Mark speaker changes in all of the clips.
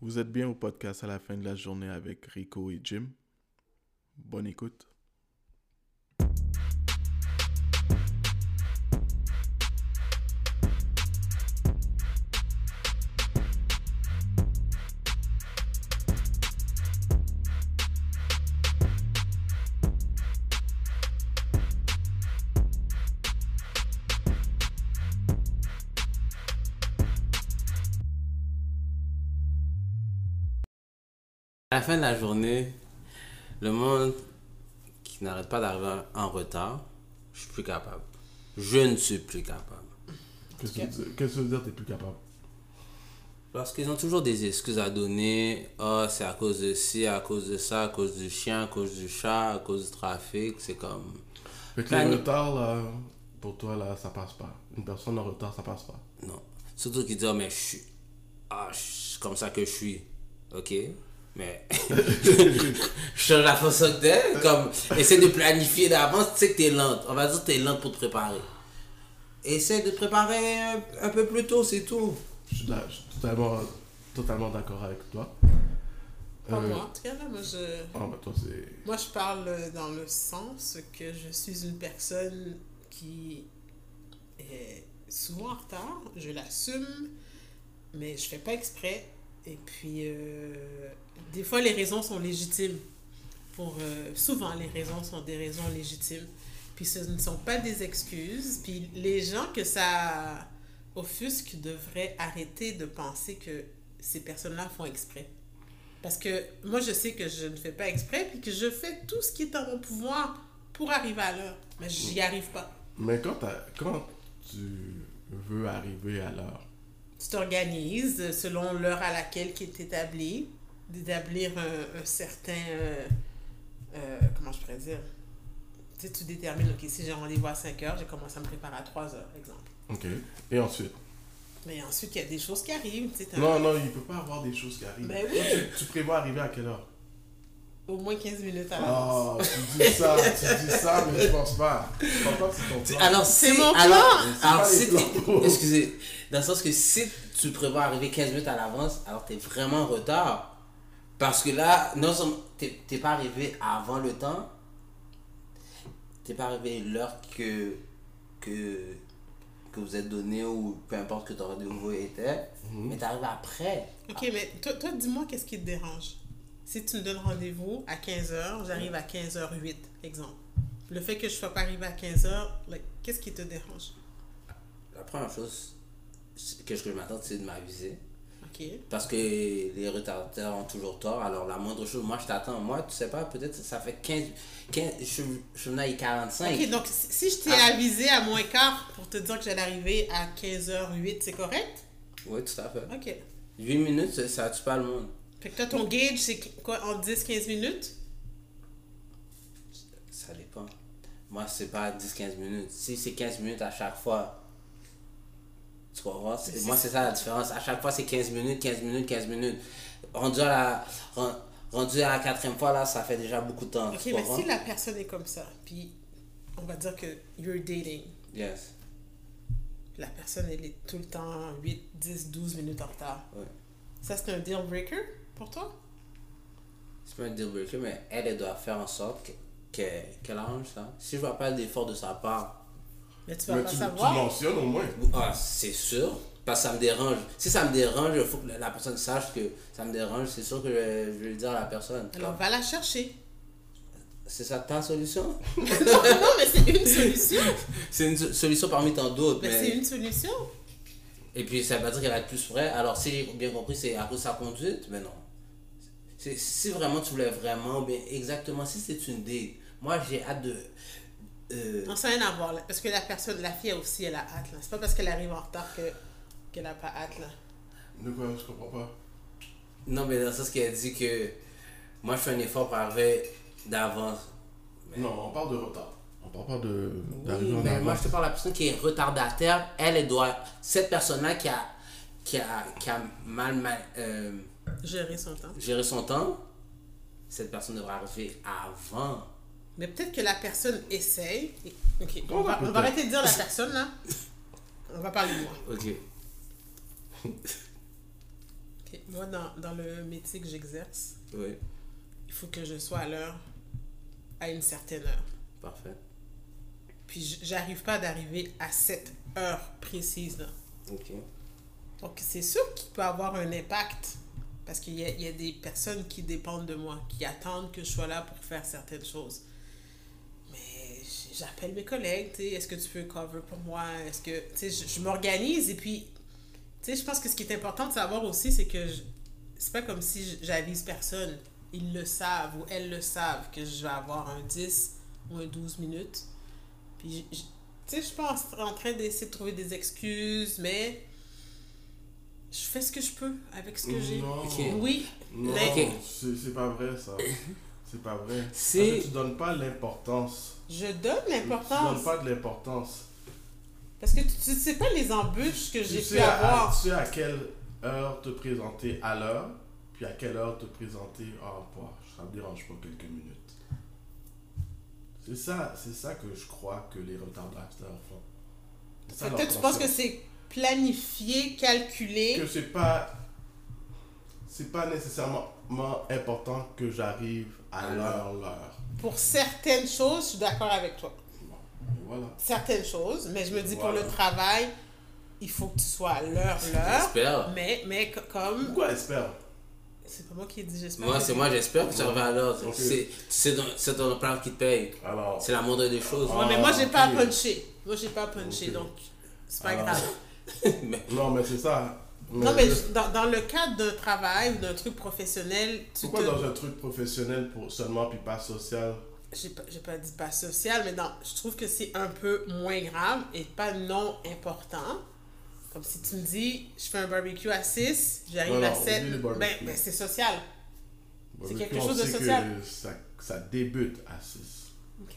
Speaker 1: Vous êtes bien au podcast à la fin de la journée avec Rico et Jim. Bonne écoute.
Speaker 2: À la fin de la journée, le monde qui n'arrête pas d'arriver en retard, je suis plus capable. Je ne suis plus capable.
Speaker 1: Qu'est-ce que tu veux dire- qu'est-ce que tu veux dire, t'es plus capable?
Speaker 2: Parce qu'ils ont toujours des excuses à donner. Ah, c'est à cause de ci, à cause de ça, à cause du chien, à cause du chat, à cause du trafic. C'est comme.
Speaker 1: Fait que
Speaker 2: Ben,
Speaker 1: les
Speaker 2: il-
Speaker 1: retards, là, pour toi, là, ça passe pas. Une personne en retard, ça passe pas.
Speaker 2: Non. Surtout qu'ils disent, Ah, mais je suis. Ah, je suis comme ça que je suis. Ok? Mais. je change la façon que t'es. Comme, essaie de planifier d'avance. Tu sais que t'es lente. On va dire que t'es lente pour te préparer. Essaie de te préparer un, un peu plus tôt, c'est tout.
Speaker 1: Je suis, là- je suis totalement, totalement d'accord avec toi.
Speaker 3: Pas
Speaker 1: Euh,
Speaker 3: moi, en tout cas, là, moi, je,
Speaker 1: Ah, ben toi, c'est...
Speaker 3: moi, je parle euh, dans le sens que je suis une personne qui est souvent en retard, je l'assume, mais je fais pas exprès. Et puis, euh, des fois, les raisons sont légitimes. Pour, euh, souvent, les raisons sont des raisons légitimes. Puis, ce ne sont pas des excuses. Puis, les gens que ça offusque devraient arrêter de penser que ces personnes-là font exprès. Parce que moi, je sais que je ne fais pas exprès, puis que je fais tout ce qui est en mon pouvoir pour arriver à l'heure. Mais j'y arrive pas.
Speaker 1: Mais quand, t'as- quand tu veux arriver à l'heure,
Speaker 3: Tu t'organises selon l'heure à laquelle qui est établie, d'établir un, un certain. euh, euh, comment je pourrais dire Tu sais, tu détermines, ok, si j'ai rendez-vous à 5 heures, j'ai commencé à me préparer à 3 heures, exemple.
Speaker 1: ok, et ensuite...
Speaker 3: Mais ensuite, il y a des choses qui arrivent. tu sais, t'as-
Speaker 1: Non, non, il peut pas avoir des choses qui arrivent.
Speaker 3: Ah. Ben oui.
Speaker 1: Tu- Tu prévois arriver à quelle heure
Speaker 3: Au moins 15 minutes à l'avance.
Speaker 1: Oh, tu dis ça, tu dis ça, mais je pense pas. Je pense pas que c'est ton plan.
Speaker 2: Alors,
Speaker 3: C'est
Speaker 2: si-
Speaker 3: mon
Speaker 2: Alors,
Speaker 1: plan.
Speaker 2: alors,
Speaker 1: C'est
Speaker 2: si
Speaker 1: pas les plans.
Speaker 2: t'es- Excusez. Dans le sens que si tu prévois arriver 15 minutes à l'avance, alors t'es vraiment en retard. Parce que là, non seulement t'es t'es pas arrivé avant le temps, t'es pas arrivé l'heure que, que, que vous êtes donné ou peu importe que ton rendez-vous était, mais t'arrives après.
Speaker 3: Ok, mais toi, toi, dis-moi qu'est-ce qui te dérange. Si tu me donnes rendez-vous à 15h, j'arrive à 15h08, exemple. Le fait que je ne sois pas arrivée à 15h, like, qu'est-ce qui te dérange?
Speaker 2: La première chose que je m'attends, c'est de m'aviser.
Speaker 3: Ok.
Speaker 2: Parce que les retardateurs ont toujours tort. Alors, la moindre chose, moi, je t'attends. Moi, tu sais pas, peut-être ça fait 15. 15 je, suis- je suis venu à 45.
Speaker 3: Ok, donc si si je t'ai
Speaker 2: Ah.
Speaker 3: avisé à moins quart pour te dire que j'allais arriver à 15h08, c'est correct?
Speaker 2: Oui, tout à fait.
Speaker 3: Ok.
Speaker 2: 8 minutes, ça- ça tue pas le monde.
Speaker 3: Fait que toi, ton gauge, c'est qu- quoi, en 10-15 minutes?
Speaker 2: Ça dépend. Moi, c'est pas 10-15 minutes. Si c'est 15 minutes à chaque fois, tu comprends? C'est-
Speaker 3: Mais
Speaker 2: Moi,
Speaker 3: c'est-
Speaker 2: c'est ça la différence. À chaque fois, c'est 15 minutes, 15 minutes, 15 minutes. Rendu à la, ren- rendu à la quatrième fois, là, ça fait déjà beaucoup de temps.
Speaker 3: Ok,
Speaker 2: tu
Speaker 3: mais
Speaker 2: comprends?
Speaker 3: si la personne est comme ça, puis on va dire que you're dating,
Speaker 2: Yes.
Speaker 3: la personne, elle est tout le temps 8, 10, 12 minutes en retard.
Speaker 2: Ouais.
Speaker 3: Ça, c'est un deal breaker pour toi?
Speaker 2: C'est pas un deal breaker, mais elle, elle doit faire en sorte que- que- qu'elle arrange ça. Si je vois pas d'effort de sa part,
Speaker 3: Mais tu vas
Speaker 1: Mais
Speaker 3: pas
Speaker 1: tu, tu
Speaker 3: savoir.
Speaker 1: mentionnes au moins.
Speaker 2: ah, c'est sûr, parce que ça me dérange. Si ça me dérange, il faut que la- la personne sache que ça me dérange, c'est sûr que je, je vais le dire à la personne.
Speaker 3: Alors va la chercher.
Speaker 2: C'est ça ta solution
Speaker 3: non, non, mais c'est une solution.
Speaker 2: C'est une so- solution parmi tant d'autres.
Speaker 3: Mais
Speaker 2: mais-
Speaker 3: c'est une solution.
Speaker 2: Et puis ça veut pas dire qu'elle va être plus vraie. Alors si j'ai bien compris, c'est à cause de sa conduite, mais non. C'est- Si vraiment tu voulais vraiment, bien exactement, si c'est une date, moi j'ai hâte de. euh,
Speaker 3: Non, ça n'a rien à voir. là. Parce que la personne, la fille elle aussi, elle a hâte. là. C'est pas parce qu'elle arrive en retard que qu'elle n'a pas hâte. Là.
Speaker 1: De quoi, je comprends pas.
Speaker 2: Non, mais dans le sens qu'elle dit que moi je fais un effort pour arriver d'avance.
Speaker 1: Non, on parle de retard. On parle pas de- d'arriver en
Speaker 2: Mais moi
Speaker 1: avance.
Speaker 2: je te parle de la personne qui est retardataire, elle, elle doit. Cette personne-là qui a, qui a, qui a mal, mal, euh,
Speaker 3: Gérer son temps.
Speaker 2: géré son temps, cette personne devrait arriver avant.
Speaker 3: Mais peut-être que la personne essaye. Et- Ok,
Speaker 1: Comment
Speaker 3: on va, on
Speaker 1: peut-être?
Speaker 3: va arrêter de dire la personne là. On va parler de moi.
Speaker 2: Ok.
Speaker 3: ok? Ok. Moi, dans, dans le métier que j'exerce,
Speaker 2: Oui,
Speaker 3: il faut que je sois à l'heure à une certaine heure.
Speaker 2: parfait.
Speaker 3: Puis j- j'arrive pas d'arriver à cette heure précise. là.
Speaker 2: Ok.
Speaker 3: Donc c'est sûr qu'il peut avoir un impact parce qu'il y, a- il y a des personnes qui dépendent de moi, qui attendent que je sois là pour faire certaines choses. Mais j- Ben, j'appelle mes collègues, tu sais, est-ce que tu peux cover pour moi? Est-ce que, tu sais, je, je m'organise et puis, tu sais, je pense que ce qui est important de savoir aussi, c'est que je- c'est pas comme si j- j'avise personne. Ils le savent ou elles le savent que je vais avoir un 10 ou un 12 minutes. Puis, j- j- tu sais, je suis pas en- en train d'essayer de trouver des excuses, mais je fais ce que je peux avec ce que j'ai.
Speaker 1: Non.
Speaker 2: Ok.
Speaker 3: Oui,
Speaker 1: Non,
Speaker 3: Mais-
Speaker 1: c'est c'est pas vrai ça. C'est pas vrai. Parce
Speaker 2: C'est-
Speaker 1: que tu donnes pas l'importance.
Speaker 3: je donne
Speaker 1: Tu donnes
Speaker 3: l'importance.
Speaker 1: pas de l'importance.
Speaker 3: Parce que tu tu sais pas les embûches que
Speaker 1: Tu
Speaker 3: j'ai
Speaker 1: sais,
Speaker 3: pu
Speaker 1: à,
Speaker 3: avoir.
Speaker 1: tu sais à quelle heure te présenter à l'heure, puis à quelle heure te présenter Ah, bah, ça me dérange pas quelques minutes. C'est ça, c'est ça que je crois que les retardateurs font. C'est ça
Speaker 3: Fait que
Speaker 1: leur
Speaker 3: Toi, tu penses que
Speaker 1: concept.
Speaker 3: c'est planifié, calculé.
Speaker 1: que c'est pas c'est pas nécessairement important que j'arrive à l'heure l'heure.
Speaker 3: Pour certaines choses, je suis d'accord avec toi.
Speaker 1: Bon, et voilà.
Speaker 3: Certaines choses, mais je me dis
Speaker 1: Voilà.
Speaker 3: pour le travail, il faut que tu sois à l'heure, l'heure.
Speaker 2: J'espère.
Speaker 3: Mais, mais co- comme.
Speaker 1: Pourquoi espère
Speaker 3: C'est pas moi qui ai dit j'espère.
Speaker 2: Moi, c'est moi, j'espère que tu
Speaker 1: Ouais.
Speaker 2: reviens à l'heure.
Speaker 1: Ok.
Speaker 2: C'est c'est ton- c'est ton employeur qui te paye.
Speaker 1: Alors,
Speaker 2: C'est la moindre des choses.
Speaker 1: Ah.
Speaker 3: Ouais, mais moi, j'ai pas à
Speaker 1: Ok.
Speaker 3: puncher. Moi, j'ai pas à puncher,
Speaker 1: Ok.
Speaker 3: donc c'est pas
Speaker 1: Alors.
Speaker 3: grave.
Speaker 2: Mais-
Speaker 1: non mais c'est ça.
Speaker 3: non, mais
Speaker 1: je-
Speaker 3: je- dans, dans le cadre d'un travail ou d'un truc professionnel, tu
Speaker 1: pourquoi
Speaker 3: te-
Speaker 1: dans un truc professionnel pour seulement puis pas social
Speaker 3: j'ai pas, j'ai pas dit pas social, mais non, je trouve que c'est un peu moins grave et pas non important. Comme si tu me dis, je fais un barbecue à 6, j'arrive
Speaker 1: Non,
Speaker 3: à
Speaker 1: non, oublie le
Speaker 3: 7,
Speaker 1: barbecue.
Speaker 3: ben, ben, c'est social. C'est
Speaker 1: Vu
Speaker 3: quelque
Speaker 1: qu'on
Speaker 3: chose de
Speaker 1: sait que
Speaker 3: social.
Speaker 1: Ça, ça débute à 6.
Speaker 3: OK.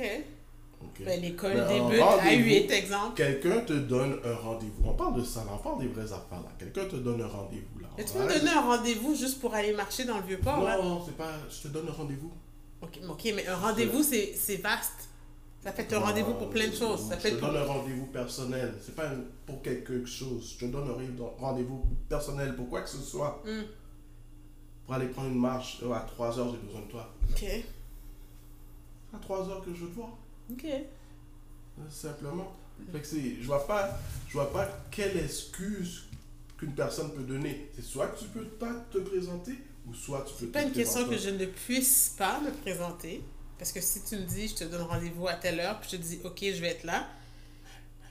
Speaker 1: ok?
Speaker 3: Ben, l'école
Speaker 1: Ben, un
Speaker 3: débute à
Speaker 1: rendez-vous.
Speaker 3: 8, exemple.
Speaker 1: Quelqu'un te donne un rendez-vous. On parle de ça, là, on parle des vraies affaires là. Quelqu'un te donne un rendez-vous là.
Speaker 3: Mais tu
Speaker 1: On
Speaker 3: peux me
Speaker 1: arrête.
Speaker 3: donner un rendez-vous juste pour aller marcher dans le vieux port, là.
Speaker 1: Non, non, c'est pas. Je te donne un rendez-vous.
Speaker 3: OK, mais ok, mais un rendez-vous, c'est c'est vaste. Ça fait un rendez-vous pour plein de choses. Ça
Speaker 1: Je
Speaker 3: fait
Speaker 1: te
Speaker 3: pour...
Speaker 1: donne un rendez-vous personnel. C'est pas une- pour quelque chose. Je te donne un rendez- rendez-vous personnel pour quoi que ce soit.
Speaker 3: Hmm.
Speaker 1: Pour aller prendre une marche. Euh, à 3 heures, j'ai besoin de toi.
Speaker 3: OK.
Speaker 1: À 3 heures que je veux te voir.
Speaker 3: OK.
Speaker 1: euh, Simplement. Fait que c'est- je vois pas, je vois pas quelle excuse qu'une personne peut donner. C'est soit que tu peux pas te présenter, ou soit tu peux
Speaker 3: C'est pas une
Speaker 1: te
Speaker 3: question que
Speaker 1: présenter.
Speaker 3: je ne puisse pas me présenter. Parce que si tu me dis, je te donne rendez-vous à telle heure, puis je te dis, OK, je vais être là,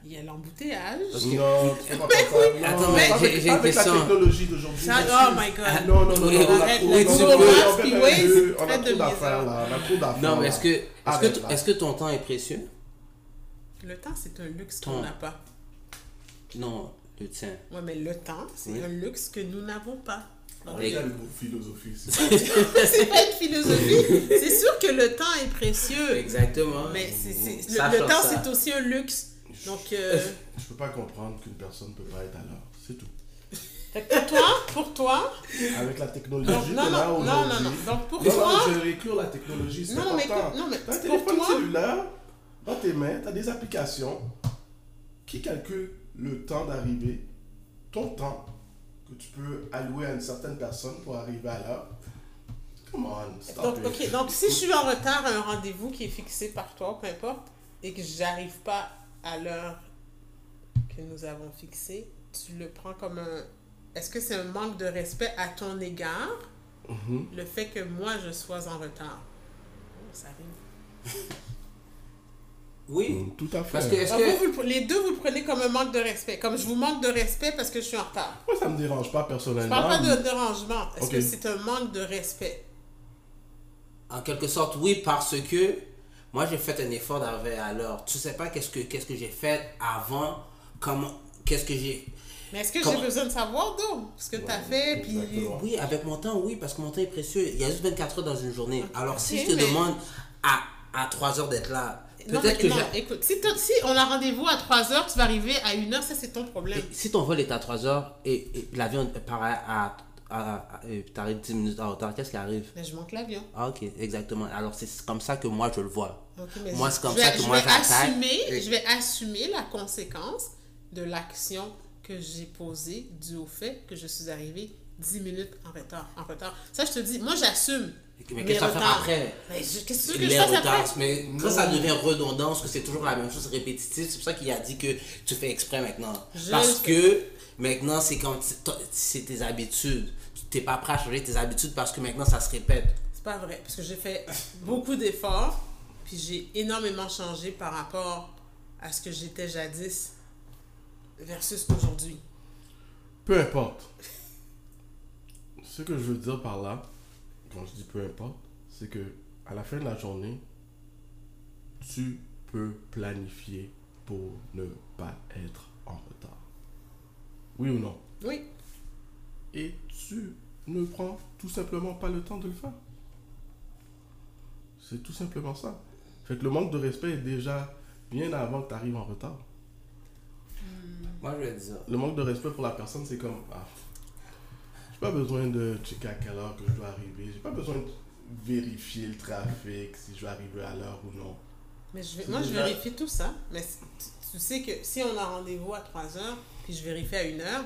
Speaker 3: il y a l'embouteillage.
Speaker 2: Parce que-
Speaker 1: Non, tu peux pas faire ça. Non,
Speaker 2: Attends, mais
Speaker 1: avec,
Speaker 2: j'ai- j'ai une
Speaker 1: avec la
Speaker 2: question.
Speaker 1: technologie d'aujourd'hui.
Speaker 3: Ça-
Speaker 1: merci.
Speaker 3: oh
Speaker 1: Ah,
Speaker 3: my God.
Speaker 1: Non, non, non,
Speaker 2: Oui,
Speaker 1: non, on a
Speaker 3: arrête,
Speaker 1: trop
Speaker 2: oui, tu
Speaker 1: non,
Speaker 2: peux.
Speaker 1: non,
Speaker 2: Arrête,
Speaker 1: on fait
Speaker 3: tu
Speaker 1: pas
Speaker 3: peux.
Speaker 1: deux, on a
Speaker 3: Arrête de
Speaker 1: trop d'affaires
Speaker 3: niaiser.
Speaker 1: là, on a trop d'affaires.
Speaker 2: Non, mais
Speaker 1: là.
Speaker 2: est-ce que, est
Speaker 1: Arrête,
Speaker 2: que,
Speaker 1: là.
Speaker 2: est que ton temps est précieux
Speaker 3: Le temps, c'est un luxe qu'on
Speaker 2: Ton-
Speaker 3: n'a pas.
Speaker 2: Non, le tien.
Speaker 3: Ouais, mais le temps, c'est
Speaker 2: Oui.
Speaker 3: un luxe que nous n'avons pas.
Speaker 1: On
Speaker 3: Donc,
Speaker 1: a le mot philosophie. c'est-
Speaker 3: c'est pas une philosophie. C'est sûr que le temps est précieux.
Speaker 2: Exactement.
Speaker 3: Mais c'est- c'est-
Speaker 2: Ça
Speaker 3: le, le
Speaker 2: change
Speaker 3: temps,
Speaker 2: ça.
Speaker 3: c'est aussi un luxe. Donc, euh,
Speaker 1: Je peux pas comprendre qu'une personne peut pas être à l'heure, c'est tout.
Speaker 3: fait que pour toi, pour toi,
Speaker 1: Avec la technologie
Speaker 3: donc,
Speaker 1: qu'on
Speaker 3: non,
Speaker 1: a
Speaker 3: non,
Speaker 1: aujourd'hui.
Speaker 3: non, non, non. Donc, pour
Speaker 1: Non, non,
Speaker 3: toi,
Speaker 1: je vais inclure la technologie, c'est
Speaker 3: non, non, mais,
Speaker 1: important.
Speaker 3: écoute, non, mais
Speaker 1: T'as un
Speaker 3: pour
Speaker 1: téléphone
Speaker 3: toi,
Speaker 1: cellulaire, dans tes mains, t'as des applications qui calculent le temps d'arrivée, ton temps que tu peux allouer à une certaine personne pour arriver à l'heure. Come on, stop
Speaker 3: Donc,
Speaker 1: it.
Speaker 3: ok, donc si je suis en retard à un rendez-vous qui est fixé par toi, peu importe, et que j'arrive pas à l'heure que nous avons fixée, tu le prends comme un... Est-ce que c'est un manque de respect à ton égard,
Speaker 1: Mhm.
Speaker 3: le fait que moi, je sois en retard? Oh, ça arrive.
Speaker 2: Oui.
Speaker 1: Mm, Tout à fait.
Speaker 2: Parce que est-ce
Speaker 3: Alors, Ah, vous,
Speaker 2: que.
Speaker 3: vous le pre- les deux, vous le prenez comme un manque de respect. Comme je vous manque de respect parce que je suis en retard.
Speaker 1: Moi, ça me dérange pas
Speaker 3: Je
Speaker 1: personnellement.
Speaker 3: parle pas de dérangement. Est-ce
Speaker 1: Ok.
Speaker 3: que c'est un manque de respect?
Speaker 2: En quelque sorte, oui, parce que moi, j'ai fait un effort d'arriver à l'heure. Tu sais pas qu'est-ce que, qu'est-ce que j'ai fait avant, comment, qu'est-ce que j'ai.
Speaker 3: Mais est-ce que j'ai
Speaker 2: Comment-
Speaker 3: besoin de savoir, donc, ce que tu as fait, puis...
Speaker 1: exactement.
Speaker 2: Oui, avec mon temps, oui, parce que mon temps est précieux. Il y a juste 24 heures dans une journée. Alors, si
Speaker 3: Ok,
Speaker 2: je te
Speaker 3: mais-
Speaker 2: demande à, à 3 heures d'être là,
Speaker 3: Non,
Speaker 2: peut-être
Speaker 3: mais-
Speaker 2: que
Speaker 3: non,
Speaker 2: j'ai-
Speaker 3: écoute, si, t'as- si on a rendez-vous à 3h, tu vas arriver à 1h, ça c'est ton problème.
Speaker 2: Si ton vol est à 3 heures et, et l'avion part à. à, à- à- et t'arrives 10 minutes en retard, qu'est-ce qui arrive
Speaker 3: Mais je manque l'avion.
Speaker 2: Ah, ok, exactement. Alors, c'est comme ça que moi, je le vois.
Speaker 3: Ok, mais
Speaker 2: Moi,
Speaker 3: je-
Speaker 2: c'est comme
Speaker 3: je
Speaker 2: ça
Speaker 3: vais-
Speaker 2: que moi,
Speaker 3: je vais
Speaker 2: j'attaque.
Speaker 3: assumer,
Speaker 2: Et-
Speaker 3: Je vais assumer la conséquence de l'action que j'ai posée dû au fait que je suis arrivée 10 minutes en retard, en retard. Ça, je te dis, moi, j'assume.
Speaker 2: Mais
Speaker 3: mes
Speaker 2: qu'est-ce que ça fait
Speaker 3: retards.
Speaker 2: après
Speaker 3: Mais je- Qu'est-ce que tu veux que je
Speaker 2: les
Speaker 3: fasse
Speaker 2: retards,
Speaker 3: après? Mmh.
Speaker 2: mais
Speaker 3: Non.
Speaker 2: ça, ça devient redondant, parce que c'est toujours la même chose répétitive. C'est pour ça qu'il a dit que tu fais exprès maintenant.
Speaker 3: Je
Speaker 2: parce
Speaker 3: fais.
Speaker 2: que maintenant, c'est quand t- t- c'est tes habitudes. Tu t'es pas prêt à changer tes habitudes parce que maintenant, ça se répète.
Speaker 3: C'est pas vrai, parce que j'ai fait beaucoup d'efforts, puis j'ai énormément changé par rapport à ce que j'étais jadis versus aujourd'hui.
Speaker 1: Peu importe. Ce que je veux dire par là, quand je dis peu importe, c'est que à la fin de la journée, tu peux planifier pour ne pas être en retard. Oui ou non
Speaker 3: Oui,
Speaker 1: Et tu ne prends tout simplement pas le temps de le faire. C'est tout simplement ça. Fait que le manque de respect est déjà bien avant que tu arrives en retard.
Speaker 3: Hmm.
Speaker 2: Moi, je vais dire.
Speaker 1: Le manque de respect pour la personne, c'est comme. Ah, j'ai pas besoin de checker à quelle heure que je dois arriver. J'ai pas besoin de vérifier le trafic, si je vais arriver à l'heure ou non.
Speaker 3: mais je, vais-
Speaker 1: C'est
Speaker 3: moi, je
Speaker 1: déjà-
Speaker 3: vérifie tout ça. Mais c- tu, tu sais que si on a rendez-vous à 3 heures, puis je vérifie à 1 heure,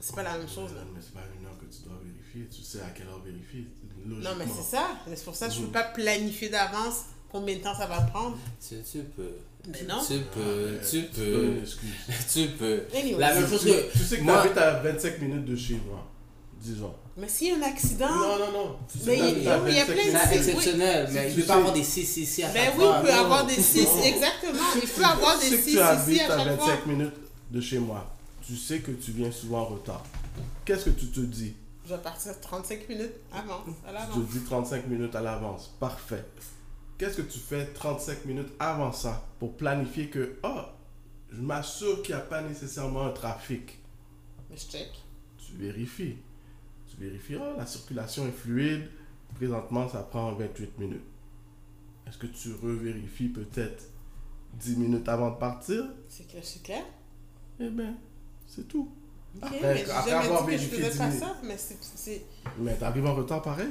Speaker 3: c'est pas la même chose. là.
Speaker 1: Euh, Mais c'est pas à une heure que tu dois vérifier. Tu sais à quelle heure vérifier.
Speaker 3: Non, mais
Speaker 1: logiquement. Mmh.
Speaker 3: c'est ça. C'est pour ça que je peux pas planifier d'avance combien de temps ça va prendre.
Speaker 2: Tu, tu peux.
Speaker 3: Mais
Speaker 2: Tu-
Speaker 3: non.
Speaker 2: Tu peux.
Speaker 1: Euh,
Speaker 2: Ah, Tu
Speaker 1: donnes
Speaker 2: peux.
Speaker 1: une excuse.
Speaker 2: Tu peux.
Speaker 3: Anyway.
Speaker 2: La même
Speaker 1: Tu-
Speaker 2: chose
Speaker 1: tu-
Speaker 2: que.
Speaker 1: Tu sais que
Speaker 2: moi-
Speaker 1: t'habites à 25 minutes de chez moi. Disons.
Speaker 3: Mais s'il y a un accident,
Speaker 1: Non, non, non. Tu sais
Speaker 3: Ah! Mais
Speaker 1: que
Speaker 3: il-
Speaker 1: t'habites à
Speaker 3: oui, il y a
Speaker 1: 25
Speaker 3: plein de-
Speaker 1: minutes.
Speaker 2: C'est exceptionnel,
Speaker 1: Oui.
Speaker 2: mais
Speaker 1: Tu
Speaker 2: il peut
Speaker 1: sais-
Speaker 2: pas avoir des 6 ici à
Speaker 3: ben
Speaker 2: chaque
Speaker 3: oui,
Speaker 2: fois.
Speaker 3: il peut
Speaker 2: non.
Speaker 3: avoir des 6,
Speaker 1: Non.
Speaker 3: exactement. Il peut avoir des
Speaker 1: Tu sais
Speaker 3: 6
Speaker 1: que
Speaker 3: ici
Speaker 1: tu
Speaker 3: à
Speaker 1: habites à
Speaker 3: chaque fois.
Speaker 1: 25 minutes de chez moi. Tu sais que tu viens souvent en retard. Qu'est-ce que tu te dis
Speaker 3: Je vais partir 35 minutes avant, à
Speaker 1: Tu
Speaker 3: l'avance.
Speaker 1: te dis 35 minutes à l'avance. Parfait. Qu'est-ce que tu fais 35 minutes avant ça pour planifier que, oh, je m'assure qu'il n'y a pas nécessairement un trafic.
Speaker 3: Mais je check.
Speaker 1: Tu vérifies. Tu vérifies, oh, la circulation est fluide. Présentement, ça prend 28 minutes. Est-ce que tu revérifies peut-être 10 minutes avant de partir
Speaker 3: C'est clair, c'est clair.
Speaker 1: Eh bien, c'est tout.
Speaker 3: Ok,
Speaker 1: Après-
Speaker 3: mais j'ai
Speaker 1: après
Speaker 3: jamais
Speaker 1: avoir
Speaker 3: dit que je
Speaker 1: vérifié
Speaker 3: faisais
Speaker 1: dix
Speaker 3: pas
Speaker 1: minutes.
Speaker 3: ça. Mais c'est- c'est
Speaker 1: Mais t'arrives en retard pareil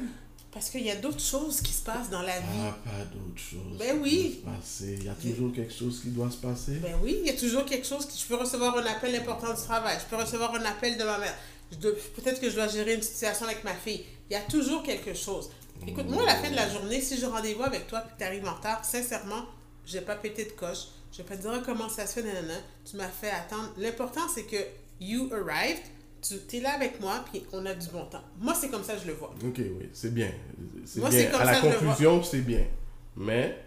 Speaker 3: parce qu'il y a d'autres choses qui se passent dans la vie.
Speaker 1: Ah, pas d'autre chose.
Speaker 3: Ben
Speaker 1: qui
Speaker 3: oui.
Speaker 1: doit se passer. Il y a toujours quelque chose qui doit se passer.
Speaker 3: Ben oui, il y a toujours quelque chose qui. Je peux recevoir un appel important du travail. Je peux recevoir un appel de ma mère. Je dois- Peut-être que je dois gérer une situation avec ma fille. Il y a toujours quelque chose. Écoute, moi, à la fin de la journée, si je rendez-vous avec toi et que tu arrives en retard, sincèrement, je vais pas pété de coche. Je vais pas te dire Ah, comment ça se fait, nanana. Tu m'as fait attendre. L'important, c'est que you arrived, tu es là avec moi, puis on a du bon temps. Moi, c'est comme ça que je le vois.
Speaker 1: Ok, oui, c'est bien. C'est
Speaker 3: Moi, c'est
Speaker 1: bien.
Speaker 3: comme
Speaker 1: À la
Speaker 3: ça que je le
Speaker 1: conclusion, c'est bien. Mais,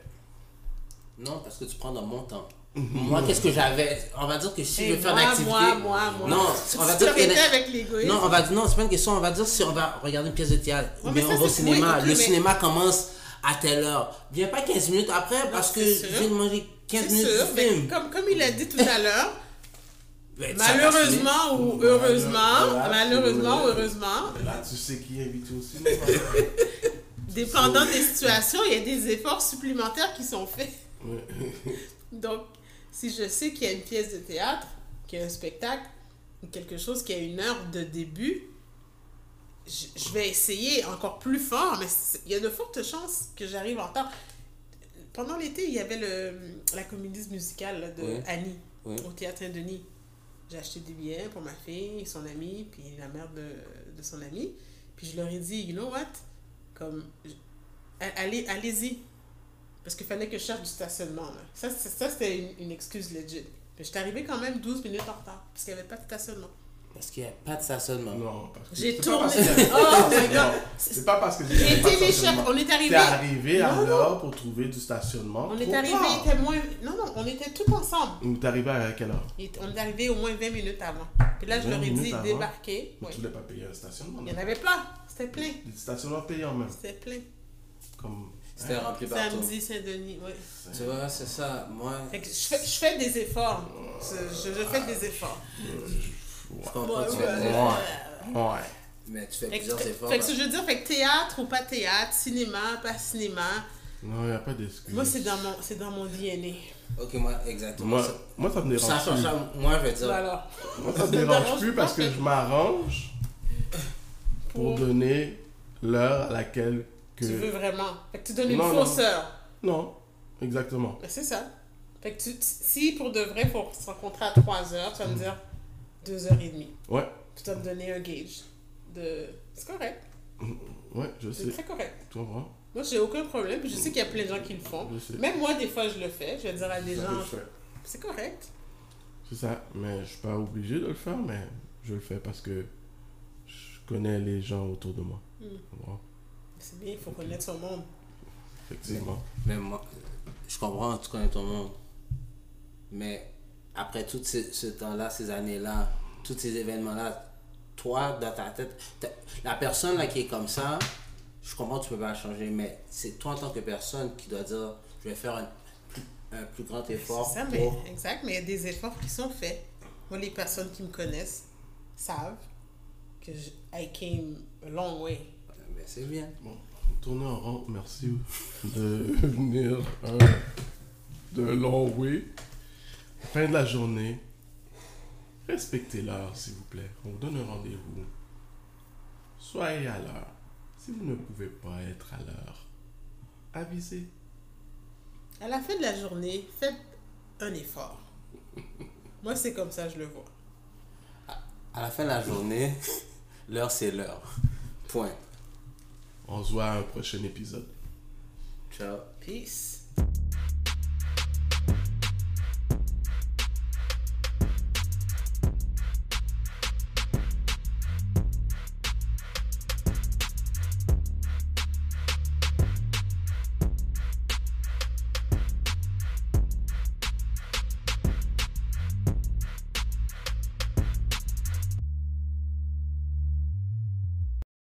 Speaker 2: Non, parce que tu prends dans mon temps. Moi, qu'est-ce que j'avais On va dire que si je veux
Speaker 3: Et
Speaker 2: faire
Speaker 3: moi,
Speaker 2: une activité.
Speaker 3: moi, moi, moi.
Speaker 2: Non,
Speaker 3: Tu
Speaker 2: on va
Speaker 3: t'es
Speaker 2: dire
Speaker 3: arrêté
Speaker 2: que.
Speaker 3: avec l'égoïsme.
Speaker 2: Non, on va dire, non, c'est pas une question. On va dire si on va regarder une pièce de théâtre,
Speaker 3: Ouais,
Speaker 2: mais,
Speaker 3: mais ça,
Speaker 2: on va au
Speaker 3: c'est- oui,
Speaker 2: cinéma.
Speaker 3: ok,
Speaker 2: le
Speaker 3: mais-
Speaker 2: cinéma commence à telle heure. Viens pas 15 minutes après parce que je
Speaker 3: c'est sûr.
Speaker 2: viens de manger 15
Speaker 3: C'est
Speaker 2: minutes
Speaker 3: sûr,
Speaker 2: de
Speaker 3: mais
Speaker 2: film.
Speaker 3: comme, comme il a dit tout à l'heure,
Speaker 2: Ben, ça passe vite.
Speaker 3: Malheureusement ou heureusement,
Speaker 1: Malheur-
Speaker 3: malheureusement ou
Speaker 1: malheur.
Speaker 3: heureusement,
Speaker 1: là, tu sais qui est invité au cinéma.
Speaker 3: dépendant des situations, il y a des efforts supplémentaires qui sont faits. Donc, si je sais qu'il y a une pièce de théâtre, qu'il y a un spectacle, ou quelque chose qui a une heure de début, je, je vais essayer encore plus fort, mais c'est- il y a de fortes chances que j'arrive en temps. Pendant l'été, il y avait le, la comédie musicale là, de
Speaker 2: Oui.
Speaker 3: Annie
Speaker 2: Oui.
Speaker 3: au Théâtre Saint-Denis. J'ai acheté des billets pour ma fille, son amie, puis la mère de, de son amie. Puis je leur ai dit, you know what? Comme, je- a- allez, allez-y. Parce qu'il fallait que je cherche du stationnement. Là. Ça, c'est- ça, c'était une, une excuse legit. Mais je suis arrivée quand même 12 minutes en retard, parce qu'il n'y avait pas de stationnement.
Speaker 2: Parce qu'il n'y a pas de stationnement.
Speaker 1: Non, parce que
Speaker 3: J'ai
Speaker 1: c'est pas
Speaker 3: tourné.
Speaker 1: parce que-
Speaker 3: Oh my
Speaker 1: Non,
Speaker 3: God.
Speaker 1: C'est pas parce que
Speaker 3: J'ai
Speaker 1: pas
Speaker 3: été les
Speaker 1: stationnement.
Speaker 3: chefs. On est
Speaker 1: T'es
Speaker 3: arrivé.
Speaker 1: arrivé à
Speaker 3: Non, non.
Speaker 1: l'heure pour trouver du stationnement.
Speaker 3: On est
Speaker 1: trop
Speaker 3: arrivé,
Speaker 1: tard.
Speaker 3: il était moins. Non, non, on était tous ensemble.
Speaker 1: Ou t'es arrivé à quelle heure
Speaker 3: Il- On est arrivé au moins 20 minutes avant. Puis là, je
Speaker 1: 20
Speaker 3: leur ai dit
Speaker 1: minutes avant?
Speaker 3: débarquer.
Speaker 1: Mais
Speaker 3: Oui.
Speaker 1: Tu voulais pas payer un stationnement.
Speaker 3: Il n'y
Speaker 1: non?
Speaker 3: en avait pas. C'était plein.
Speaker 1: Des stationnements payants même.
Speaker 3: C'était plein.
Speaker 1: Comme.
Speaker 2: C'était rempli partout.
Speaker 3: Samedi, Saint-Denis, oui.
Speaker 2: Tu vois, c'est ça. Moi,
Speaker 3: Fait que je fais, je fais des efforts. Je, je- je fais des efforts.
Speaker 2: je comprends.
Speaker 3: Moi,
Speaker 2: tu
Speaker 3: ouais.
Speaker 2: fais-
Speaker 1: hein? Ouais.
Speaker 2: Mais tu fais
Speaker 3: Fait que,
Speaker 2: plusieurs efforts. hein.
Speaker 1: hein.
Speaker 3: fait que ce que je veux dire, fait que théâtre ou pas théâtre, cinéma, pas cinéma,
Speaker 1: Non, y a pas d'excuse.
Speaker 3: moi c'est dans mon c'est dans mon DNA.
Speaker 2: Ok, moi, exactement.
Speaker 1: Moi,
Speaker 2: ça.
Speaker 1: moi, ça me dérange
Speaker 2: Ça, ça,
Speaker 1: plus.
Speaker 2: ça, moi, je vais dire.
Speaker 3: Voilà.
Speaker 1: Moi, ça me
Speaker 3: Ça me
Speaker 1: dérange
Speaker 3: dérange
Speaker 1: plus
Speaker 3: pas.
Speaker 1: parce que je m'arrange pour
Speaker 3: Pour-
Speaker 1: donner l'heure à laquelle que...
Speaker 3: Tu veux vraiment. Fait que tu donnes une
Speaker 1: Non,
Speaker 3: fausse
Speaker 1: non.
Speaker 3: heure.
Speaker 1: Non, exactement.
Speaker 3: Ben, c'est ça. Fait que tu, tu- si pour de vrai, faut se rencontrer à 3 heures, tu vas me dire 2 heures et demie.
Speaker 1: Ouais,
Speaker 3: Tu vas me donner un gauge de. C'est correct.
Speaker 1: Ouais, je
Speaker 3: C'est
Speaker 1: sais.
Speaker 3: très correct.
Speaker 1: Toi, moi,
Speaker 3: Moi, j'ai aucun problème. puis Je sais qu'il y a plein de gens qui le font.
Speaker 1: je sais.
Speaker 3: Même moi, des fois, je le fais. Je vais dire à
Speaker 1: C'est
Speaker 3: des
Speaker 1: ça que
Speaker 3: gens,
Speaker 1: je fais.
Speaker 3: c'est correct.
Speaker 1: C'est ça. Mais je suis pas obligé de le faire, mais je le fais parce que je connais les gens autour de moi.
Speaker 3: Mm.
Speaker 1: Bon,
Speaker 3: C'est bien, il faut connaître son monde.
Speaker 1: effectivement.
Speaker 2: Mais moi, je comprends, tu connais ton monde. Mais après tout ce, ce temps-là, ces années-là, tous ces événements-là, toi, dans ta tête, t'as- la personne là qui est comme ça, je comprends, tu peux pas la changer, mais c'est toi en tant que personne qui dois dire, je vais faire un plus, un plus grand effort.
Speaker 3: C'est ça, mais,
Speaker 2: pour-
Speaker 3: exact, mais il y a des efforts qui sont faits. Moi, les personnes qui me connaissent savent que je- I came a long way.
Speaker 2: Mais c'est bien.
Speaker 1: Bon, tournez en rond. Merci de venir euh, de long way. Fin de la journée. Respectez l'heure, s'il vous plaît. On vous donne un rendez-vous. Soyez à l'heure. Si vous ne pouvez pas être à l'heure, avisez.
Speaker 3: À la fin de la journée, faites un effort. Moi, c'est comme ça, je le vois.
Speaker 2: À la fin de la journée, l'heure c'est l'heure. Point.
Speaker 1: On se voit à un prochain épisode.
Speaker 2: Ciao.
Speaker 3: Peace.